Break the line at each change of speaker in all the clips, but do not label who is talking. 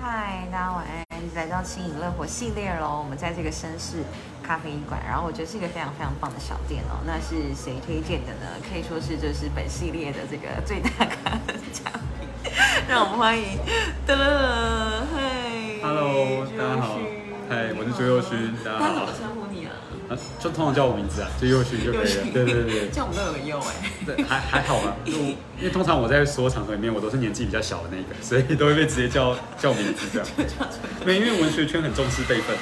嗨，大家晚安！来到轻盈乐活系列喽，我们在这个绅士咖啡馆，然后我觉得是一个非常非常棒的小店哦。那是谁推荐的呢？可以说是就是本系列的这个最大咖的嘉宾，让我们欢迎的乐，嗨
Hello，
朱佑
大家好
勋
嗨我是
你好
朱佑勋大家好
那怎么称呼你啊？
啊，就通常叫我名字啊，就佑勋就可以了。对对对
这样我们都有用哎。
对对，还还好吧。啊 因为我因为通常我在所有场合里面，我都是年纪比较小的那个，所以都会被直接叫叫名字 这样。没，因为文学圈很重视辈分。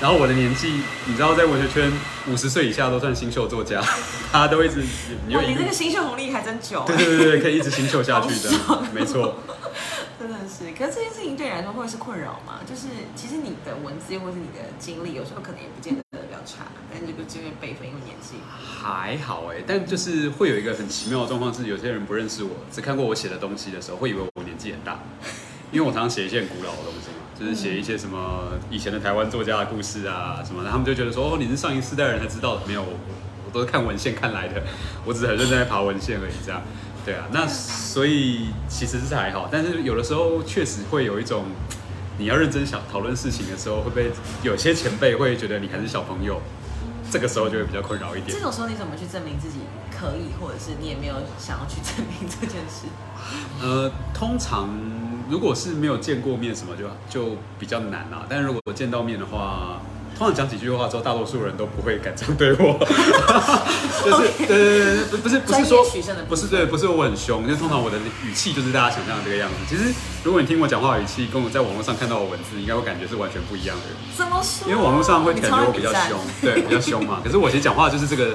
然后我的年纪，你知道，在文学圈五十岁以下都算新秀作家， 大家都一直你就
哇，
一
你
路
这个新秀红利还真久哎。
对对对对，可以一直新秀下去的
好爽，
没错。
真的是，可是这件事情对你来说会是困扰吗？就是其实你的文字或是你的经历，有时候可能也不见得比较差，但是就是因为辈分，因为年纪，
还好哎、但就是会有一个很奇妙的状况是，有些人不认识我，只看过我写的东西的时候，会以为我年纪很大，因为我常常写一些很古老的东西嘛，就是写一些什么以前的台湾作家的故事啊什么的，他们就觉得说哦，你是上一世代人才知道的，没有，我我都是看文献看来的，我只是很认真在爬文献而已，这样，对啊，那所以其实是还好，但是有的时候确实会有一种。你要认真想讨论事情的时候，会被有些前辈会觉得你还是小朋友，这个时候就会比较困扰一点
这。种时候你怎么去证明自己可以，或者是你也没有想要去证明这件事？
呃，通常如果是没有见过面什么就就比较难啦、但如果见到面的话，通常讲几句话之后，大多数人都不会敢这样对我。 就是呃，不不是不是说
专业取胜的部
不是对，不是我很凶，就通常我的语气就是大家想象的这个样子。其实如果你听我讲话的语气，跟我在网络上看到的文字，应该会感觉是完全不一样的人。
怎么说？
因为网络上会感觉我比较
你超人比战，
凶对，比较凶嘛。可是我其实讲话就是这个，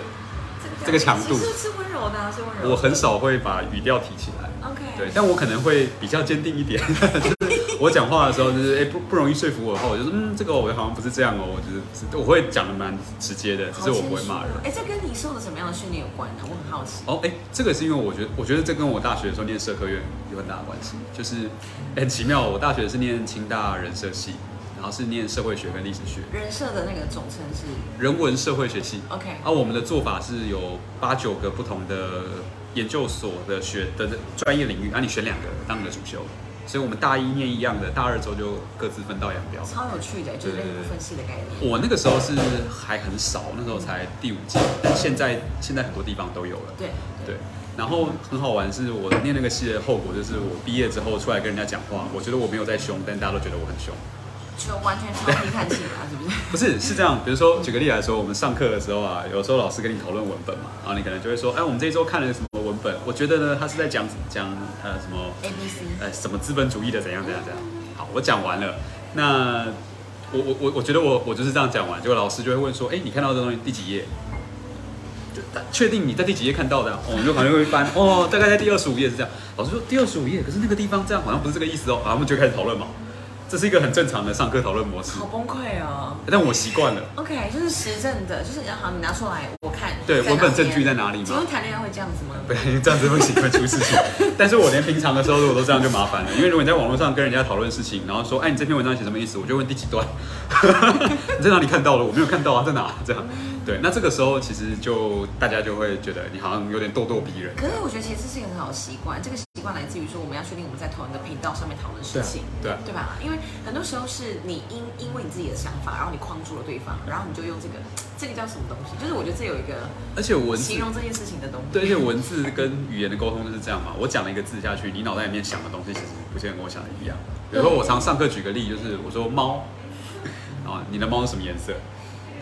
这个强度
其实是温柔的、啊，是温柔的。
我很少会把语调提起来。
OK，
对，但我可能会比较坚定一点， 就是我讲话的时候，就是哎、诶不不容易说服我的话，我就说嗯，这个我好像不是这样哦，我就是我会讲的蛮直接的，只
好
是
谦虚
我
啊，
不会骂人。
哎、这跟你受的什么样的训练有关呢？我很好奇。
哦，哎、这个是因为我觉得，我觉得这跟我大学的时候念社科院有很大的关系，就是、诶很奇妙，我大学是念清大人社系，然后是念社会学跟历史学，
人设的那个总称是
人文社会学系。
OK，
啊，我们的做法是有八九个不同的研究所的学的专业领域，啊，你选两个当你的主修。所以我们大一念一样的，大二之后就各自分道扬镳。
超有趣的，就是
对对
类
对
部分系的概念。
我那个时候是还很少，那时候才第五届，但现在现在很多地方都有了。
对
对，然后很好玩是，我念那个系的后果就是，我毕业之后出来跟人家讲话，我觉得我没有在凶，但大家都觉得我很凶。
就完全超批判性啊，是不是？
不是，是这样。比如说，举个例来说，我们上课的时候啊，有时候老师跟你讨论文本嘛，然后你可能就会说，哎，我们这一周看了什么文本？我觉得呢，他是在讲讲呃什么
A B C，
呃什么资本主义的怎样怎样怎样。好，我讲完了。那我我我我觉得我我就是这样讲完，结果老师就会问说，哎，你看到这东西第几页？就他确定你在第几页看到的啊、哦，你就可能会翻，哦，大概在第二十五页是这样。老师说第二十五页，可是那个地方这样好像不是这个意思哦，然后我们就开始讨论嘛。这是一个很正常的上课讨论模式
好，崩溃哦。
但我习惯了。
OK，就是实证的，就是好，你拿出来我看。
对
在哪边
文本证据在哪里吗
请问谈恋爱会这样子吗？
不然这样子会行会出事情。 但是我连平常的时候如果都这样就麻烦了，因为如果你在网络上跟人家讨论事情，然后说，哎，你这篇文章写什么意思？我就问第几段， 你在哪里看到了？我没有看到啊，在哪？这样，对，那这个时候其实就大家就会觉得你好像有点咄咄逼人。
可是我觉得其实这是一个很好的习惯，这个习惯来自于说我们要确定我们在同一个频道上面讨论事情，
对啊
对吧？因为很多时候是你因因为你自己的想法，然后你框住了对方，
嗯
然后你就用这个这个叫什么东西？就是我觉得这有一个
而且文字
形，容这件事情的东西。
对，而且文字跟语言的沟通就是这样嘛。我讲了一个字下去，你脑袋里面想的东西其实不见得跟我想的一样。比如说我常上课举个例，就是我说猫，啊，你的猫是什么颜色？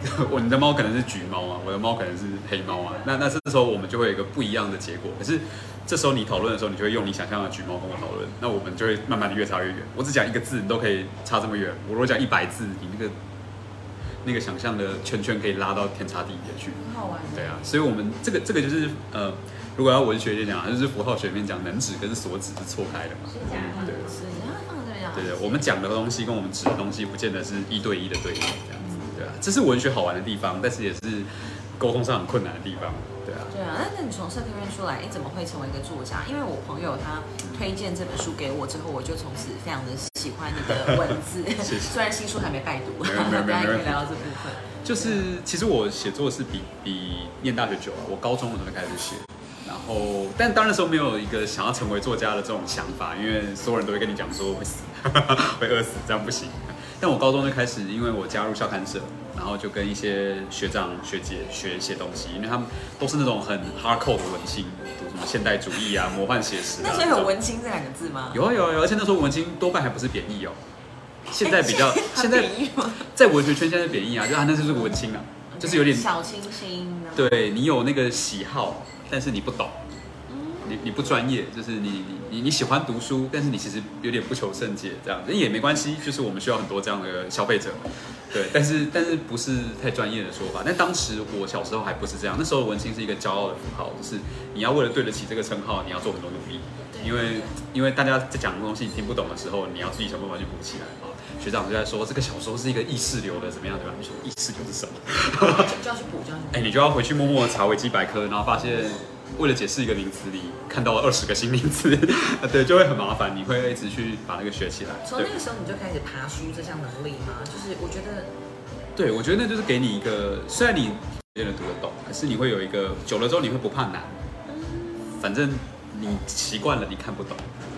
我你的猫可能是橘猫啊，我的猫可能是黑猫啊。那那这时候我们就会有一个不一样的结果。可是这时候你讨论的时候，你就会用你想象的橘猫跟我讨论，那我们就会慢慢的越差越远。我只讲一个字，你都可以差这么远。我如果讲一百字，你那个那个想象的圈圈可以拉到天差地别去。
很好玩。
对啊，所以我们这个这个就是呃，如果要文学一点讲啊，就是符号学里面讲能指跟所指是错开的嘛。
嗯，
对
是，然后放在这边啊
对对，我们讲的东西跟我们指的东西，不见得是一对一的对应这样子。对啊，这是文学好玩的地方，但是也是沟通上很困难的地方。对啊，
对啊，那那你从社科院出来，你怎么会成为一个作家？因为我朋友他推荐这本书给我之后，我就从此非常的喜欢你的文字。
谢谢
虽然新书还没拜读，
没有没有 没有
大家可
没
以
有
聊到这部分。
啊就是其实我写作是比比念大学久啊，我高中我就开始写，然后后，但当那时候没有一个想要成为作家的这种想法，因为所有人都会跟你讲说会死， 会饿死，这样不行。但我高中就开始，因为我加入校刊社，然后就跟一些学长学姐学一些东西，因为他们都是那种很 hardcore 的文青，读什么现代主 义啊、魔幻写实、啊。
那时
这
候有
种
文青这两个字吗？
有啊有啊有啊，而且那时候文青多半还不是贬义哦，现在比较
哎
现在
贬义吗？
在文学圈现在是贬义啊，就啊那就是个文青啊， 就是有点
小清新。然后，
对你有那个喜好，但是你不懂，你你不专业，就是你你你你喜欢读书，但是你其实有点不求甚解这样，那也没关系，就是我们需要很多这样的消费者，对，但是但是不是太专业的说法，但当时我小时候还不是这样，那时候文青是一个骄傲的符号，就是你要为了对得起这个称号，你要做很多努力，因为因为大家在讲的东西你听不懂的时候，你要自己想办法去补起来啊。学长就在说这个小说是一个意识流的怎么样怎么样，你说意识流是什么？
就要去补，就要去补。
哎、你就要回去默默的查维基百科，然后发现为了解释一个名词，你看到了二十个新名词， 对，就会很麻烦，你会一直去把那个学起来。
从
对
那，个时候你就开始爬书这项能力吗？就是我觉得
对，我觉得那就是给你一个，虽然你别人读得懂，可是你会有一个久了之后你会不怕难，反正你习惯了，你看不懂。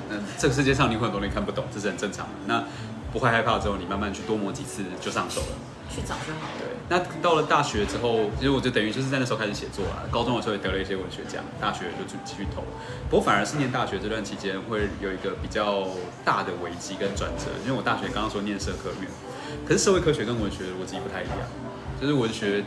那这个世界上你会有很多人看不懂，这是很正常的。那不会害怕之后，你慢慢去多磨几次就上手了。
去找就好了。
对，那到了大学之后，其实我就等于就是在那时候开始写作啦。高中的时候也得了一些文学奖，大学就继续投。不过反而是念大学这段期间会有一个比较大的危机跟转折，因为我大学刚刚说念社科院，可是社会科学跟文学的逻辑不太一样，就是文学